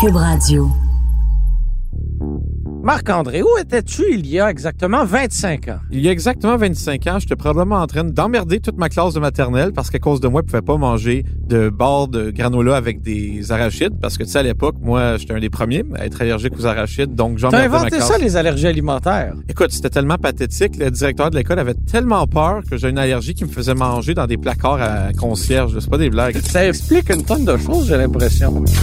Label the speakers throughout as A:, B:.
A: Cube Radio.
B: Marc-André, où étais-tu il y a exactement 25 ans?
C: Il y a exactement 25 ans, j'étais probablement en train d'emmerder toute ma classe de maternelle parce qu'à cause de moi, ils pouvaient pas manger de barres de granola avec des arachides parce que, tu sais, à l'époque, moi, j'étais un des premiers à être allergique aux arachides, donc
B: T'as
C: j'emmerdais ma
B: inventé
C: classe.
B: ça, les allergies alimentaires.
C: Écoute, c'était tellement pathétique. Le directeur de l'école avait tellement peur que j'ai une allergie qui me faisait manger dans des placards à concierge. C'est pas des blagues.
B: Ça explique une tonne de choses, j'ai l'impression.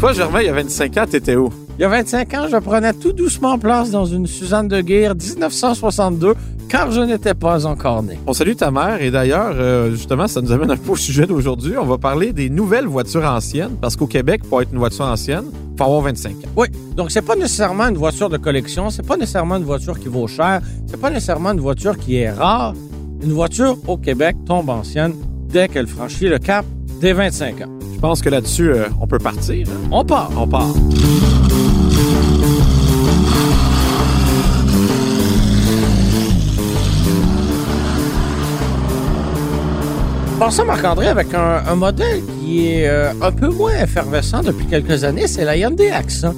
C: Toi, Germain, il y a 25 ans, t'étais où?
B: Il y a 25 ans, je prenais tout doucement place dans une Suzanne de Guerre 1962 car je n'étais pas encore né.
C: On salue ta mère et d'ailleurs, euh, justement, ça nous amène un peu au sujet d'aujourd'hui. On va parler des nouvelles voitures anciennes parce qu'au Québec, pour être une voiture ancienne, faut avoir 25 ans.
B: Oui, donc c'est pas nécessairement une voiture de collection, c'est pas nécessairement une voiture qui vaut cher, c'est pas nécessairement une voiture qui est rare. Une voiture au Québec tombe ancienne dès qu'elle franchit le cap des 25 ans.
C: Je pense que là-dessus, euh, on peut partir. hein?
B: On part.
C: On part.
B: Passons Marc-André avec un, un modèle qui est euh, un peu moins effervescent depuis quelques années, c'est la Hyundai Accent.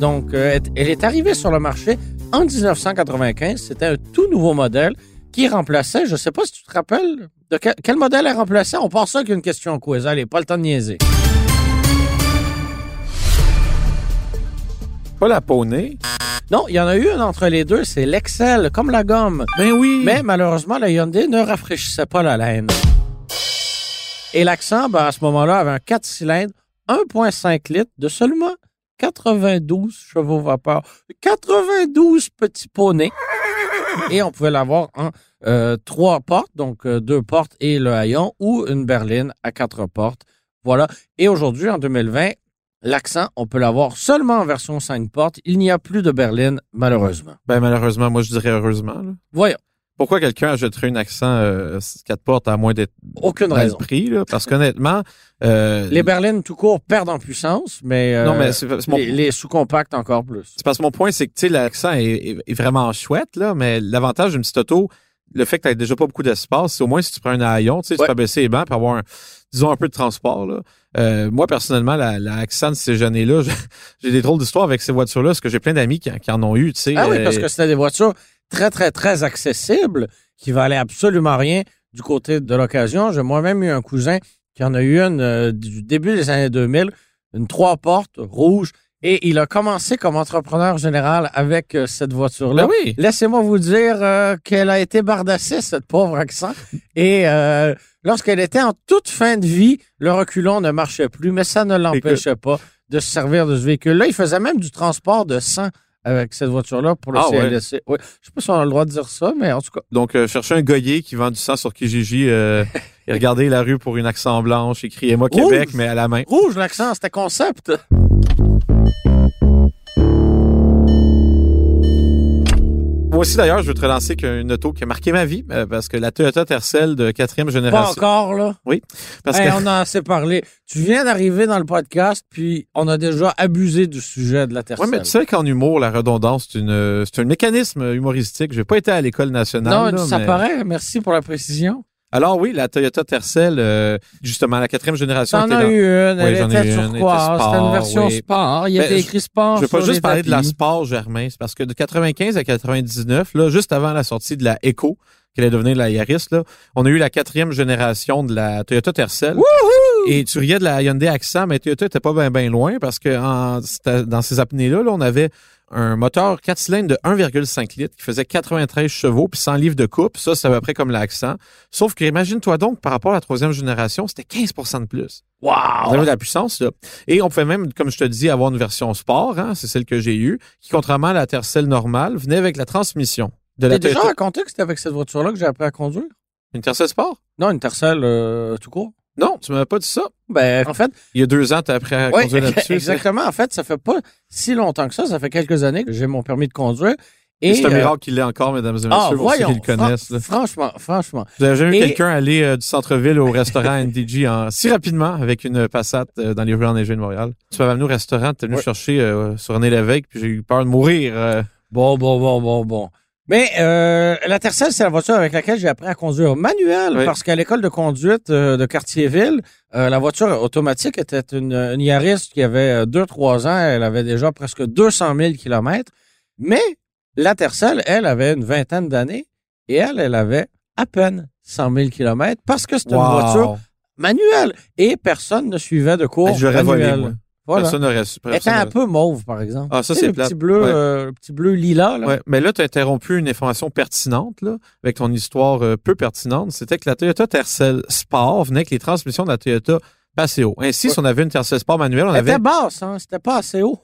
B: Donc, euh, elle- elle est arrivée sur le marché en 1995. C'était un tout nouveau modèle qui remplaçait, je ne sais pas si tu te rappelles, de quel, quel modèle elle remplaçait. On pense ça qu'une question quiz. Allez, pas le temps de niaiser.
C: Pas la poney.
B: Non, il y en a eu un entre les deux, c'est l'Excel, comme la gomme.
C: Ben oui.
B: Mais malheureusement, la Hyundai ne rafraîchissait pas la laine. Et l'accent, ben, à ce moment-là, avait un 4 cylindres, 1,5 litres de seulement 92 chevaux vapeur. 92 petits poneys. Et on pouvait l'avoir en euh, trois portes, donc euh, deux portes et le haillon, ou une berline à quatre portes. Voilà. Et aujourd'hui, en 2020, l'accent, on peut l'avoir seulement en version 5 portes. Il n'y a plus de berline, malheureusement.
C: Ben malheureusement, moi je dirais heureusement. là.
B: Voyons,
C: Pourquoi quelqu'un achèterait un accent euh, quatre portes à moins d'être
B: aucune
C: dans
B: raison.
C: le prix? Là? Parce qu'honnêtement, euh,
B: Les berlines tout court perdent en puissance, mais, euh,
C: non mais c'est c'est mon-
B: les, les sous-compacts encore plus.
C: C'est parce que mon point, c'est que tu sais, l'accent est, est- est vraiment chouette, là, mais l'avantage d'une petite auto, le fait que tu déjà pas beaucoup d'espace, c'est au moins si tu prends un haillon, tu sais,
B: Ouais.
C: tu peux baisser les bancs pour avoir un, disons, un peu de transport. Là. Euh, moi, personnellement, la, la accent de ces années-là, je- j'ai des drôles d'histoires avec ces voitures-là, parce que j'ai plein d'amis qui, en- qui en ont eu, tu sais.
B: Ah oui,
C: euh,
B: parce que c'était des voitures très, très, très accessibles qui valaient absolument rien du côté de l'occasion. J'ai moi-même eu un cousin qui en a eu une euh, du début des années 2000, une trois portes rouge, et il a commencé comme entrepreneur général avec euh, cette voiture-là.
C: Ben oui.
B: Laissez-moi vous dire euh, qu'elle a été bardassée, cette pauvre accent. Et euh, lorsqu'elle était en toute fin de vie, le reculon ne marchait plus, mais ça ne l'empêchait pas de se servir de ce véhicule-là. Il faisait même du transport de sang avec cette voiture-là pour le
C: Ah ouais.
B: CLSC. Ouais. Je sais pas si on a le droit de dire ça, mais en tout cas,
C: Donc, euh, cherchez un goyer qui vend du sang sur Kijiji euh, et regardez la rue pour une accent blanche, écriez-moi
B: Rouge.
C: Québec, mais à la main.
B: rouge l'accent, c'était concept.
C: Moi aussi, d'ailleurs, je veux te relancer qu'une auto qui a marqué ma vie, euh, parce que la Toyota Tercel de quatrième
B: Pas
C: génération.
B: encore, là.
C: Parce
B: Hey,
C: que-
B: On en a assez parlé. Tu viens d'arriver dans le podcast, puis on a déjà abusé du sujet de la Terre
C: Oui, mais tu sais qu'en humour, la redondance, c'est une, euh, c'est un mécanisme humoristique. J'ai pas été à l'école nationale.
B: Non,
C: là,
B: ça
C: mais-
B: paraît. Merci pour la précision.
C: Alors oui, la Toyota Tercel, euh, justement, la quatrième génération.
B: T'en
C: était
B: as
C: dans-
B: eu une,
C: Oui,
B: elle
C: j'en ai eu
B: était
C: une, elle était
B: turquoise, c'était une
C: sport,
B: version
C: oui.
B: sport, il y
C: Ben,
B: avait
C: je-
B: écrit sport
C: Je vais pas
B: sur les
C: juste parler de la
B: tapis.
C: Sport, Germain. C'est parce que de 95 à 99, là, juste avant la sortie de la Echo, qui allait devenir la Yaris, là, on a eu la quatrième génération de la Toyota Tercel. Et tu riais de la Hyundai Accent, mais Toyota était pas bien ben loin parce que en- c'était- dans ces apnées-là, là, on avait un moteur 4 cylindres de 1,5 litres qui faisait 93 chevaux puis 100 livres de coupe. Ça, c'est à peu près comme l'Accent. Sauf que, imagine-toi donc, par rapport à la troisième génération, c'était 15 de plus.
B: Ah
C: On avait de la puissance, là. Et on pouvait même, comme je te dis, avoir une version sport, hein, c'est celle que j'ai eue, qui, contrairement à la Tercel normale, venait avec la transmission de
B: T'as
C: la
B: déjà
C: Toyota.
B: raconté que c'était avec cette voiture-là que j'ai appris à conduire?
C: Une Tercel sport?
B: Non, une Tercel euh, tout court.
C: Non, tu m'avais pas dit ça.
B: Ben, en fait,
C: Il y a deux ans, tu as appris à
B: oui,
C: conduire Ah, là-dessus.
B: exactement. En fait, ça fait pas si longtemps que ça. Ça fait quelques années que j'ai mon permis de conduire.
C: C'est
B: Et,
C: c'est un
B: euh,
C: miracle qu'il l'ait encore, mesdames et messieurs,
B: ah,
C: pour ceux qui
B: voyons.
C: le connaissent.
B: fran-
C: là.
B: franchement, franchement.
C: Vous avez jamais
B: Et-
C: vu quelqu'un aller euh, du centre-ville au restaurant NDG en, si rapidement avec une passate euh, dans les rues enneigées de Montréal? Tu m'avais amené au restaurant, tu es venu
B: Ouais.
C: me chercher euh, sur René Lévesque, puis j'ai eu peur de mourir. euh,
B: Bon, bon, bon, bon, bon. Mais euh, la Tercel, c'est la voiture avec laquelle j'ai appris à conduire manuel,
C: Oui.
B: parce qu'à l'école de conduite euh, de Quartier-Ville, euh, la voiture automatique était une, une Yaris qui avait 2-3 ans, elle avait déjà presque 200 000 kilomètres. Mais la Tercel, elle, avait une vingtaine d'années, et elle, elle avait à peine 100 000 kilomètres, parce que c'était une voiture manuelle, et personne ne suivait de cours
C: Je l'aurais volé, moi.
B: manuel. Voilà.
C: Personne n'aurait su.
B: Elle était
C: personne
B: un
C: n'aurait-
B: peu mauve, par exemple.
C: Ah, ça,
B: Tu sais,
C: c'est
B: le
C: plate.
B: petit bleu,
C: Ouais.
B: euh, le petit bleu lilas, là.
C: Ouais, mais là, tu as interrompu une information pertinente là, avec ton histoire euh, peu pertinente. C'était que la Toyota Tercel Sport venait avec les transmissions de la Toyota Paseo. Ainsi,
B: Ouais.
C: si on avait une Tercel Sport manuelle, on
B: Elle
C: avait.
B: était basse, hein? C'était pas assez haut.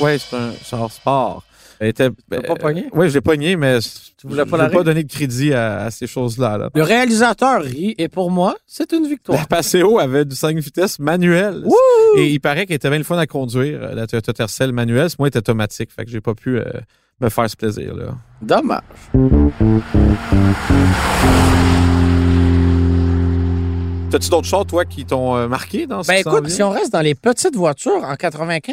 C: Ouais, c'est un genre sport. Elle était.
B: l'as pas pogné?
C: Oui, je l'ai pogné, mais tu
B: voulais pas
C: je
B: la
C: veux pas
B: règle?
C: donner de crédit à, à ces choses-là. Là.
B: Le réalisateur rit, et pour moi, c'est une
C: La
B: victoire.
C: Paseo avait du 5 vitesses manuel.
B: Wouh!
C: Et il paraît qu'elle était bien le fun à conduire, euh, la Toyota Tercel manuelle. Moi, elle est automatique. Fait que j'ai pas pu euh, me faire ce plaisir. là.
B: Dommage.
C: T'as-tu d'autres choses, toi, qui t'ont euh, marqué dans ce
B: Ben
C: qui s'en
B: écoute,
C: vient?
B: si on reste dans les petites voitures, en 95,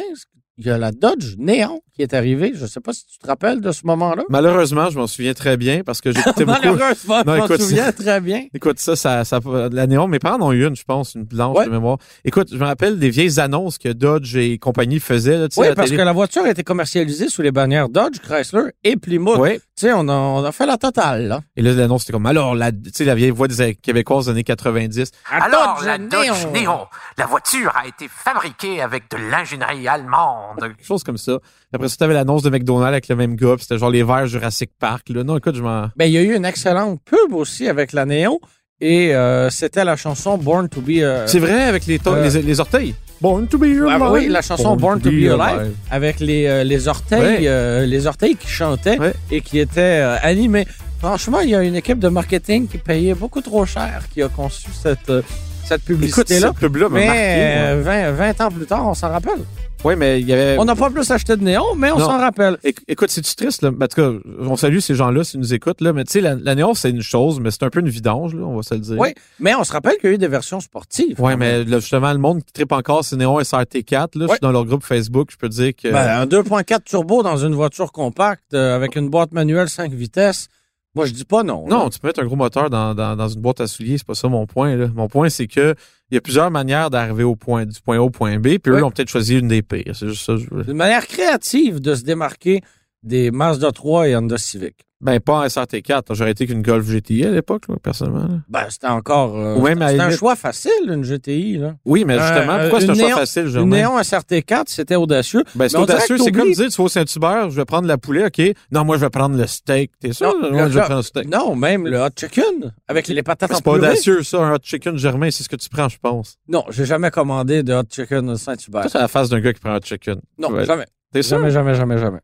B: il y a la Dodge Néon qui est arrivée. Je sais pas si tu te rappelles de ce moment-là.
C: Malheureusement, je m'en souviens très bien parce que j'écoutais beaucoup.
B: Malheureusement,
C: Non,
B: je m'en
C: écoute,
B: souviens très bien.
C: Écoute, ça, ça, ça, la néon, mes parents en ont eu une, je pense, une blanche
B: Ouais.
C: de mémoire. Écoute, je me rappelle des vieilles annonces que Dodge et compagnie faisaient, là, tu sais,
B: Oui,
C: à la
B: parce que
C: télé.
B: la voiture a été commercialisée sous les bannières Dodge, Chrysler et Plymouth.
C: Ouais.
B: Tu sais, on a, on a fait la totale, là.
C: Et là, l'annonce, c'était comme, alors, la, tu sais, la vieille voix des québécoises des années 90.
A: Alors, la Dodge Néon, la voiture a été fabriquée avec de l'ingénierie allemande.
C: Quelque chose comme ça. Après ça, t'avais l'annonce de McDonald's avec le même gars, puis c'était genre les verts Jurassic Park, là. Non, écoute, je m'en,
B: Ben, il y a eu une excellente pub aussi avec la Néon. Et euh, c'était la chanson Born to be... euh,
C: C'est vrai, avec les, to-
B: euh,
C: les, les orteils. Born to be alive.
B: Ah oui, la chanson Born to be alive. avec les, euh, les orteils,
C: Ouais.
B: euh, les orteils qui chantaient
C: Ouais.
B: et qui étaient euh, animés. Franchement, il y a une équipe de marketing qui payait beaucoup trop cher qui a conçu cette, euh, cette
C: Écoute,
B: publicité-là.
C: cette pub-là m'a
B: mais
C: marqué.
B: euh, 20, 20 ans plus tard, on s'en rappelle.
C: Oui, mais il y avait.
B: On n'a pas plus acheté de néon, mais on
C: Non.
B: s'en rappelle.
C: Éc- Écoute, c'est-tu triste, là? Ben, En tout cas, on salue ces gens-là s'ils nous écoutent, là. Mais tu sais, la, la néon, c'est une chose, mais c'est un peu une vidange, là, on va se le dire.
B: Oui, mais on se rappelle qu'il y a eu des versions sportives.
C: Ouais, mais là, justement, le monde qui tripe encore, c'est Néon SRT4, là. Je
B: Ouais.
C: suis dans leur groupe Facebook, je peux dire que.
B: Ben, un 2.4 turbo dans une voiture compacte euh, avec une boîte manuelle 5 vitesses, moi, je dis pas non. là.
C: non, tu peux mettre un gros moteur dans, dans, dans une boîte à souliers, c'est pas ça mon point, là. Mon point, c'est que il y a plusieurs manières d'arriver au point, du point A au point B, puis
B: Ouais.
C: eux, ont peut-être choisi une des pires. C'est juste ça, que je voulais.
B: C'est une manière créative de se démarquer des Mazda 3 et Honda Civic.
C: Ben, pas en SRT4. là. J'aurais été qu'une Golf GTI à l'époque, là, personnellement. là.
B: Ben, c'était encore. euh,
C: Ouais,
B: c'était-
C: mais à
B: c'était un
C: limite-
B: choix facile, une GTI. Là.
C: Oui, mais justement,
B: Euh,
C: pourquoi c'est un
B: une
C: choix
B: Néon-
C: facile,
B: Une
C: Germain?
B: Néon SRT4, c'était audacieux.
C: Ben, c'est
B: Mais on dirait
C: audacieux.
B: que
C: C'est comme
B: t'oublies-
C: dire, tu vas au Saint-Hubert, je vais prendre la poulet, OK. Non, moi, je vais prendre le steak. T'es sûr?
B: Non,
C: Ouais,
B: le-
C: je vais prendre le steak.
B: Non, même le hot chicken avec les patates en
C: C'est pas
B: purée.
C: audacieux, ça, un hot chicken, Germain. C'est ce que tu prends, je pense.
B: Non, j'ai jamais commandé de hot chicken au Saint-Hubert.
C: Toi, c'est la face d'un gars qui prend un hot chicken.
B: Non,
C: Ouais.
B: jamais.
C: T'es sûr?
B: Jamais, jamais, jamais, jamais.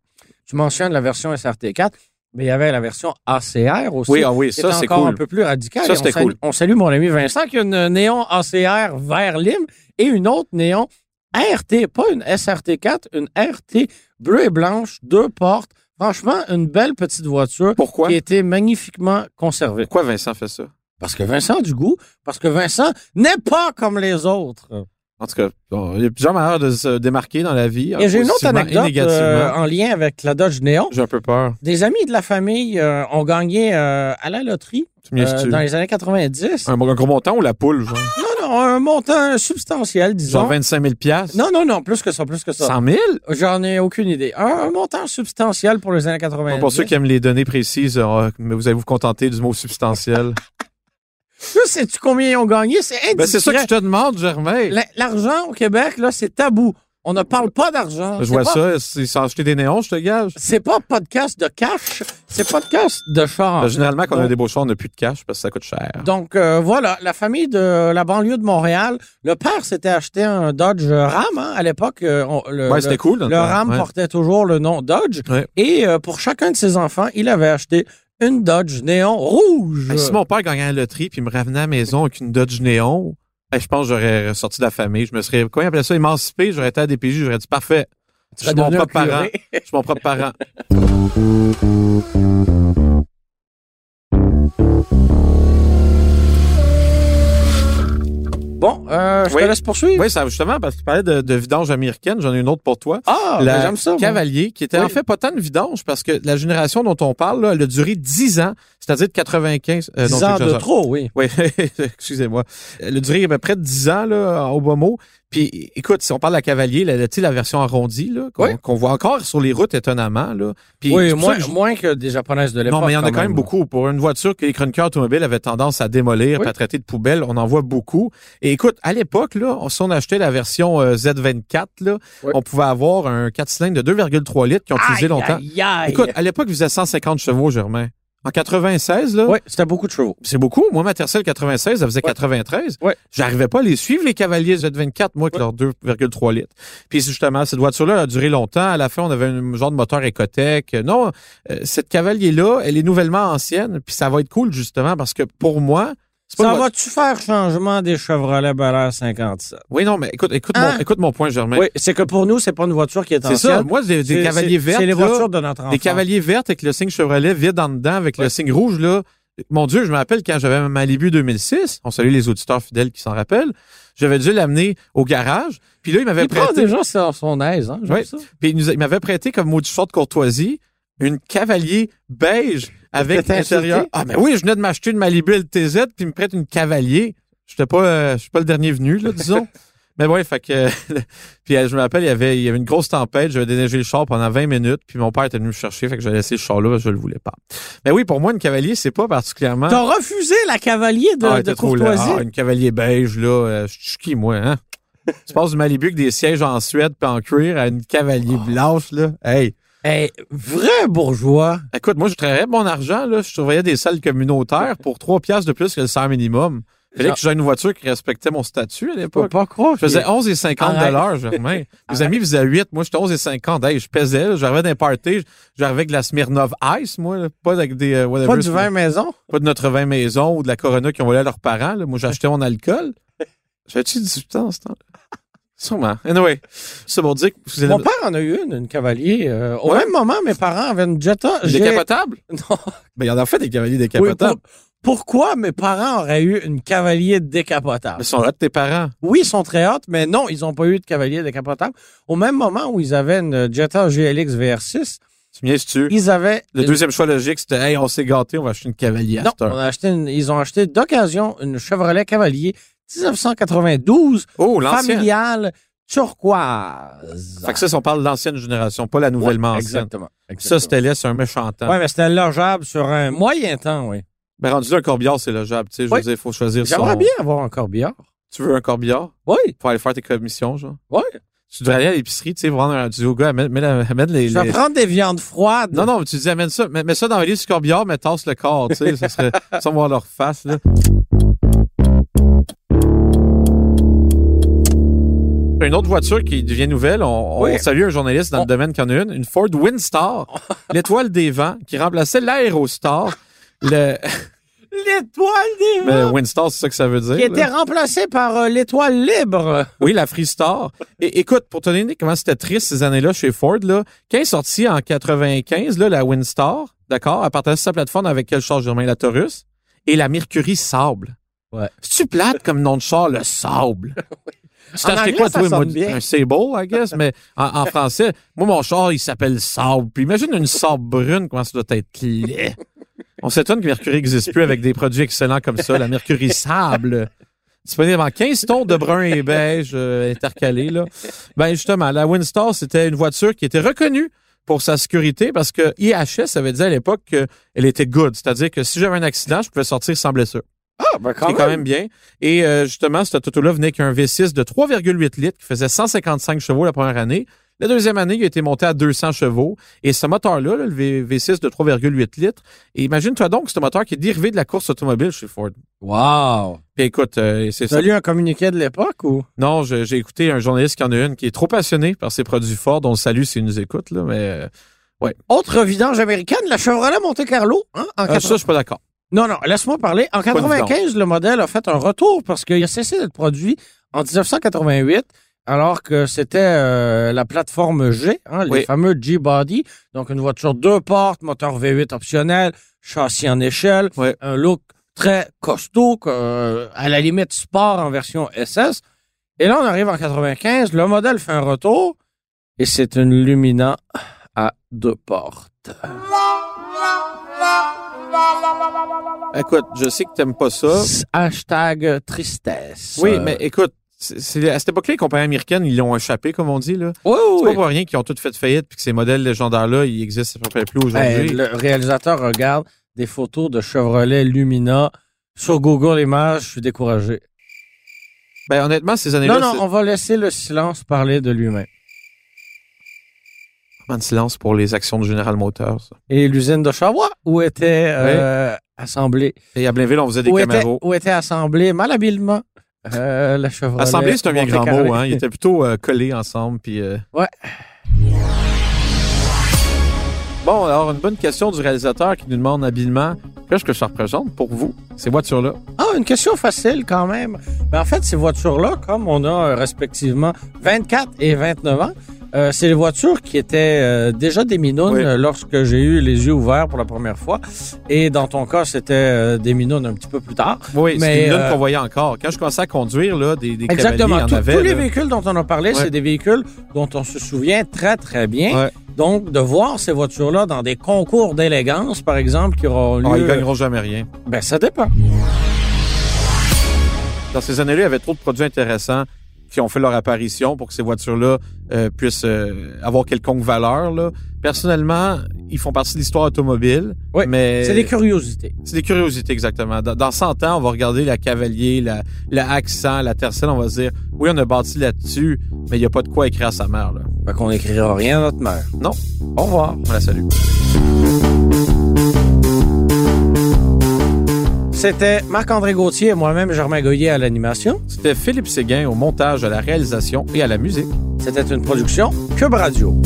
B: Tu mentionnes la version SRT4, mais il y avait la version ACR aussi.
C: Oui, ah oui,
B: qui
C: ça,
B: était
C: c'est
B: encore un
C: cool.
B: peu plus radical.
C: Ça,
B: Et on
C: c'était
B: salue-
C: cool.
B: On salue mon ami Vincent qui a une néon ACR vert lime et une autre néon RT, pas une SRT4, une RT bleue et blanche, deux portes. Franchement, une belle petite voiture
C: Pourquoi?
B: qui a été magnifiquement conservée.
C: Pourquoi Vincent fait ça?
B: Parce que Vincent a du goût, parce que Vincent n'est pas comme les autres.
C: En tout cas, bon, il y a plusieurs manières de se démarquer dans la vie. hein,
B: Et j'ai une autre
C: Ah, positivement et
B: anecdote
C: négativement.
B: euh, en lien avec la Dodge Néon.
C: J'ai un peu peur.
B: Des amis de la famille euh, ont gagné euh, à la loterie
C: Tu Ah. me
B: euh,
C: laisses-tu?
B: dans les Ah, années 90.
C: Un, un gros montant ou la poule, genre?
B: Non, non, un montant substantiel, disons.
C: Genre 25 000 piastres?
B: Non, non, non, plus que ça, plus que ça.
C: 100 000?
B: J'en ai aucune idée. Un, un montant substantiel pour les années 90.
C: Bon, pour ceux qui aiment les données précises, euh, mais vous allez vous contenter du mot substantiel.
B: Je sais-tu combien ils ont gagné? C'est indiscret.
C: ben, c'est ça que je te demande, Germain.
B: L- L'argent au Québec, là, c'est tabou. On ne parle pas d'argent.
C: Je
B: C'est
C: vois
B: pas-
C: ça, c'est sans acheter des néons, je te gage. Ben,
B: C'est pas podcast de cash, c'est podcast de char.
C: Ben, généralement, quand on
B: Bon.
C: a des beaux choix, on n'a plus de cash parce que ça coûte cher.
B: Donc euh, voilà, la famille de la banlieue de Montréal, le père s'était acheté un Dodge Ram hein, à l'époque. euh, on- le,
C: ouais,
B: le-
C: c'était cool. dans
B: le
C: temps.
B: Ram
C: Ouais.
B: portait toujours le nom Dodge.
C: Ouais.
B: Et euh, pour chacun de ses enfants, il avait acheté une Dodge néon rouge.
C: Hey, si mon père gagnait à la loterie puis me revenait à la maison avec une Dodge néon, hey, je pense que j'aurais sorti de la famille. Je me serais, comment il appelait ça, émancipé. J'aurais été à DPJ, j'aurais dit parfait. Je suis mon
B: devenu un
C: propre parent.
B: curé.
C: Je suis mon propre parent.
B: Bon, euh, je
C: Oui.
B: te laisse poursuivre.
C: Oui, ça, justement, parce que tu parlais de, de vidange américaine, j'en ai une autre pour toi.
B: Ah,
C: la
B: ben, j'aime ça. moi.
C: Cavalier, qui était
B: Oui.
C: en fait pas tant de vidange, parce que la génération dont on parle, là, elle a duré 10 ans, c'est-à-dire de 95... euh, non,
B: Dix ans
C: quelque
B: de
C: chose-
B: trop, oui.
C: Oui, excusez-moi. Euh, Elle a duré à peu près 10 ans, là, au bas mot. Puis, écoute, si on parle de la Cavalier, la, la, tu sais, la version arrondie, là, qu'on
B: Oui.
C: qu'on voit encore sur les routes, étonnamment, là. Puis, c'est
B: oui,
C: pour ça
B: moins,
C: que je-
B: moins que des japonaises de l'époque.
C: non, mais il y en a quand même beaucoup. Pour une voiture que les chroniqueurs automobiles avaient tendance à
B: Oui.
C: démolir, puis à traiter de poubelle, on en voit beaucoup. Et écoute, à l'époque, là, on- si on achetait la version euh, Z24, là,
B: Oui.
C: on pouvait avoir un 4 cylindres de 2,3 litres qui ont utilisé
B: Aïe,
C: longtemps.
B: aïe, aïe.
C: Écoute, à l'époque, ils faisaient 150 chevaux, Germain. En 96, là,
B: oui, c'était beaucoup de chevaux.
C: c'est beaucoup. Moi, ma Tercel 96, elle faisait
B: Ouais.
C: 93.
B: Ouais.
C: J'arrivais pas à les suivre, les cavaliers Z24, moi, avec
B: Ouais.
C: leurs 2,3 litres. Puis justement, cette voiture-là a duré longtemps. À la fin, on avait un genre de moteur écotec. Euh, Non, euh, cette cavalier-là, elle est nouvellement ancienne. Puis ça va être cool, justement, parce que pour moi, c'est pas
B: Ça
C: une voiture-
B: va-tu faire changement des Chevrolet Bel Air 57?
C: Oui, non, mais écoute, écoute,
B: Hein?
C: mon, écoute mon point, Germain.
B: Oui, c'est que pour nous, c'est pas une voiture qui est
C: C'est ça.
B: ancienne.
C: Moi, des, des
B: C'est-
C: cavaliers
B: c'est-
C: verts.
B: C'est les
C: là,
B: voitures de notre enfance.
C: Des cavaliers verts avec le signe Chevrolet vide en dedans, avec le
B: Ouais.
C: signe rouge, là. Mon Dieu, je me rappelle quand j'avais ma Malibu 2006. On salue les auditeurs fidèles qui s'en rappellent. J'avais dû l'amener au garage. Puis là, il m'avait
B: Il prend
C: prêté,
B: des gens sur son aise, hein, j'aime
C: Oui.
B: ça.
C: puis il nous a- il m'avait prêté comme mot du short courtoisie une cavalier beige avec
B: T'as insulté?
C: l'intérieur. Ah, mais oui, je venais de m'acheter une Malibu LTZ puis il me prête une cavalier. J'étais pas, euh, je suis pas le dernier venu, là, disons. mais ouais, fait que, puis euh, je me rappelle, il y avait, il y avait une grosse tempête. J'avais déneigé le char pendant 20 minutes puis mon père était venu me chercher. Fait que j'ai laissé le char là parce que je le voulais pas. Mais oui, pour moi, une cavalier, c'est pas particulièrement.
B: T'as refusé la cavalier de,
C: Ah,
B: de
C: t'es trop
B: courtoisie.
C: laid. Ah, une cavalier beige, là. euh, je suis qui, moi, hein? tu passes du Malibu avec des sièges en Suède puis en cuir à une cavalier
B: Ah.
C: blanche, là. Hey!
B: Eh, vrai bourgeois.
C: Écoute, moi, je travaillais mon argent, là. Je surveillais des salles communautaires pour 3 piastres de plus que le salaire minimum. Fallait
B: Genre-
C: que j'aie une voiture qui respectait mon statut à
B: Je peux
C: l'époque.
B: pas croire.
C: Je faisais
B: que-
C: 11 et 50
B: Arrête.
C: dollars, Germain. Mes amis faisaient 8. Moi, j'étais 11 et 50. Hey, je pesais, là. J'arrivais d'un party. J'arrivais avec de la Smirnov Ice, moi, là. Pas avec des, euh, whatever.
B: pas du vin maison.
C: pas de notre vin maison ou de la Corona qui ont volé à leurs parents. là. Moi, j'achetais mon alcool. J'avais-tu 18 ans en ce temps-là? Sûrement. Anyway, c'est pour dire que vous
B: Mon
C: avez
B: père en a eu une, une cavalier. euh, au
C: Ouais.
B: même moment, mes parents avaient une Jetta.
C: des
B: J'ai-
C: capotables?
B: Non.
C: Ben, il y en a fait des cavaliers
B: Oui, pour-
C: décapotables.
B: Pourquoi mes parents auraient eu une cavalier
C: Mais
B: décapotable?
C: ils sont là de tes parents.
B: Oui, ils sont très hautes, mais non, ils n'ont pas eu de cavalier décapotable. Au même moment où ils avaient une Jetta GLX VR6,
C: Tu me tu
B: ils avaient...
C: Le
B: une-
C: deuxième choix logique, c'était, hey, on s'est gâté, on va acheter une cavalier
B: Non,
C: Astor.
B: on a acheté une- ils ont acheté d'occasion une Chevrolet Cavalier 1992
C: Oh, l'ancien.
B: familiale turquoise.
C: Fait que ça, si on parle de l'ancienne génération, pas la nouvellement
B: Ouais,
C: ancienne.
B: Exactement.
C: Ça, c'était laid, c'est un méchant temps.
B: Oui, mais c'était logeable sur un moyen temps, oui.
C: Ben, rendu là, un corbillard, c'est logeable. Tu sais, je
B: Oui.
C: veux dire, il faut choisir
B: J'aimerais
C: son-
B: bien avoir un corbillard.
C: Tu veux un corbillard?
B: Oui,
C: Faut aller faire tes commissions, genre.
B: oui.
C: Tu devrais aller à l'épicerie, tu sais, prendre un, du yoga, amène, amène, amène les,
B: Je vais
C: les-
B: prendre des viandes froides.
C: Non, non, mais tu dis, amène ça, mets, mets ça dans le lit du corbillard, mais tasse le corps, tu sais, ça serait, sans voir leur face, là. Une autre voiture qui devient nouvelle, on, on
B: Oui.
C: salue un journaliste dans
B: On-
C: le domaine qui en a une, une Ford Windstar, l'étoile des vents, qui remplaçait l'Aerostar. Le,
B: L'étoile des
C: mais
B: vents
C: Windstar, c'est ça que ça veut dire.
B: qui
C: là.
B: était remplacée par euh, l'étoile libre.
C: Oui, la Freestar. Et écoute, pour te donner comment c'était triste ces années-là chez Ford, là, quand est sortie en 95, là, la Windstar, d'accord, elle partageait sa plateforme avec quel char, Germain? La Taurus et la Mercury Sable.
B: Ouais.
C: C'est-tu plate comme nom de char, le Sable? Tu
B: En
C: t'achetais
B: anglais,
C: quoi,
B: ça
C: toi, moi,
B: sonne bien.
C: un Sable, I guess, mais en, en français, moi, mon char, il s'appelle Sable. Puis imagine une Sable brune, comment ça doit être laid. On s'étonne que Mercury n'existe plus avec des produits excellents comme ça, la Mercury Sable disponible en 15 tons de brun et beige euh, intercalés. Là. Ben justement, la Windstar, c'était une voiture qui était reconnue pour sa sécurité parce que IHS ça veut dire à l'époque qu'elle était good, c'est-à-dire que si j'avais un accident, je pouvais sortir sans blessure.
B: Ah, ben
C: C'est quand même bien. Et euh, justement, cette auto-là venait qu'un V6 de 3,8 litres qui faisait 155 chevaux la première année. La deuxième année, il a été monté à 200 chevaux. Et ce moteur-là, là, le V- V6 de 3,8 litres, et imagine-toi donc, c'est un moteur qui est dérivé de la course automobile chez Ford.
B: Wow.
C: Puis écoute, euh, c'est
B: Tu
C: ça.
B: as lu un communiqué de l'époque ou?
C: Non, je- j'ai écouté un journaliste qui en a une qui est trop passionné par ses produits forts, dont le salut s'il nous écoute, là, mais euh,
B: Autre vidange américaine, la Chevrolet Monte Carlo, hein, en
C: euh, ça, je
B: 80.
C: suis pas d'accord.
B: Non, non, laisse-moi parler. En
C: une
B: 95, le modèle a fait un retour parce qu'il a cessé d'être produit en 1988, alors que c'était euh, la plateforme G, hein, les
C: Oui.
B: fameux G-Body. Donc, une voiture deux portes, moteur V8 optionnel, châssis en échelle,
C: Ouais.
B: un look très costaud, que, euh, à la limite sport en version SS. Et là, on arrive en 95, le modèle fait un retour et c'est une Lumina à deux portes.
C: Écoute, je sais que t'aimes pas ça.
B: Hashtag tristesse. Euh,
C: Oui, mais écoute, c'est- c'est- à cette époque-là, les compagnies américaines, ils l'ont échappé, comme on dit. Là.
B: Oui,
C: C'est
B: oui,
C: pas pour rien qu'ils ont toutes fait faillite puis que ces modèles légendaires-là, ils existent à peu près plus
B: Hey,
C: aujourd'hui.
B: Ben, le réalisateur regarde des photos de Chevrolet Lumina sur Google Images, je suis découragé.
C: Ben, honnêtement, ces
B: Non,
C: années-là,
B: non,
C: c'est
B: on va laisser le silence parler de lui-même.
C: vraiment de silence pour les actions de General Motors. ça.
B: Et l'usine de Chawa, où était euh, assemblée,
C: Et à Blainville, on faisait des
B: où était,
C: Camaros.
B: où était assemblée mal habilement euh, la Chevrolet.
C: Assemblée, c'est un bien grand
B: Monte-Carlo.
C: mot. Hein? Ils étaient plutôt euh, collés ensemble. Puis, euh,
B: Ouais.
C: Bon, alors, une bonne question du réalisateur qui nous demande habilement qu'est-ce que ça représente pour vous, ces voitures-là?
B: Ah, une question facile quand même. Mais en fait, ces voitures-là, comme on a euh, respectivement 24 et 29 ans, euh, c'est les voitures qui étaient euh, déjà des minounes
C: Oui.
B: euh, lorsque j'ai eu les yeux ouverts pour la première fois. Et dans ton cas, c'était euh, des minounes un petit peu plus tard.
C: Oui,
B: Mais,
C: c'est une lune
B: euh,
C: qu'on voyait encore. Quand je commençais à conduire, là, des, des
B: Exactement.
C: cavaliers
B: Tous-
C: en avait.
B: tous les
C: là.
B: véhicules dont on a parlé,
C: Ouais.
B: c'est des véhicules dont on se souvient très, très bien.
C: Ouais.
B: Donc, de voir ces voitures-là dans des concours d'élégance, par exemple, qui auront lieu...
C: Ah, ils gagneront jamais rien.
B: ben, ça dépend.
C: Dans ces années-là, il y avait trop de produits intéressants qui ont fait leur apparition pour que ces voitures-là euh, puissent euh, avoir quelconque valeur. Là. Personnellement, ils font partie de l'histoire automobile.
B: Oui,
C: mais
B: C'est des curiosités.
C: c'est des curiosités, exactement. Dans, dans 100 ans, on va regarder la Cavalier, la, la Accent, la Tercel, on va se dire, oui, on a bâti là-dessus, mais il n'y a pas de quoi écrire à sa mère. Là.
B: Fait qu'on n'écrira rien à notre mère.
C: Non. Au revoir. On la salue.
B: C'était Marc-André Gauthier et moi-même, Germain Goyer, à l'animation.
C: C'était Philippe Séguin au montage, à la réalisation et à la musique.
B: C'était une production Cube Radio.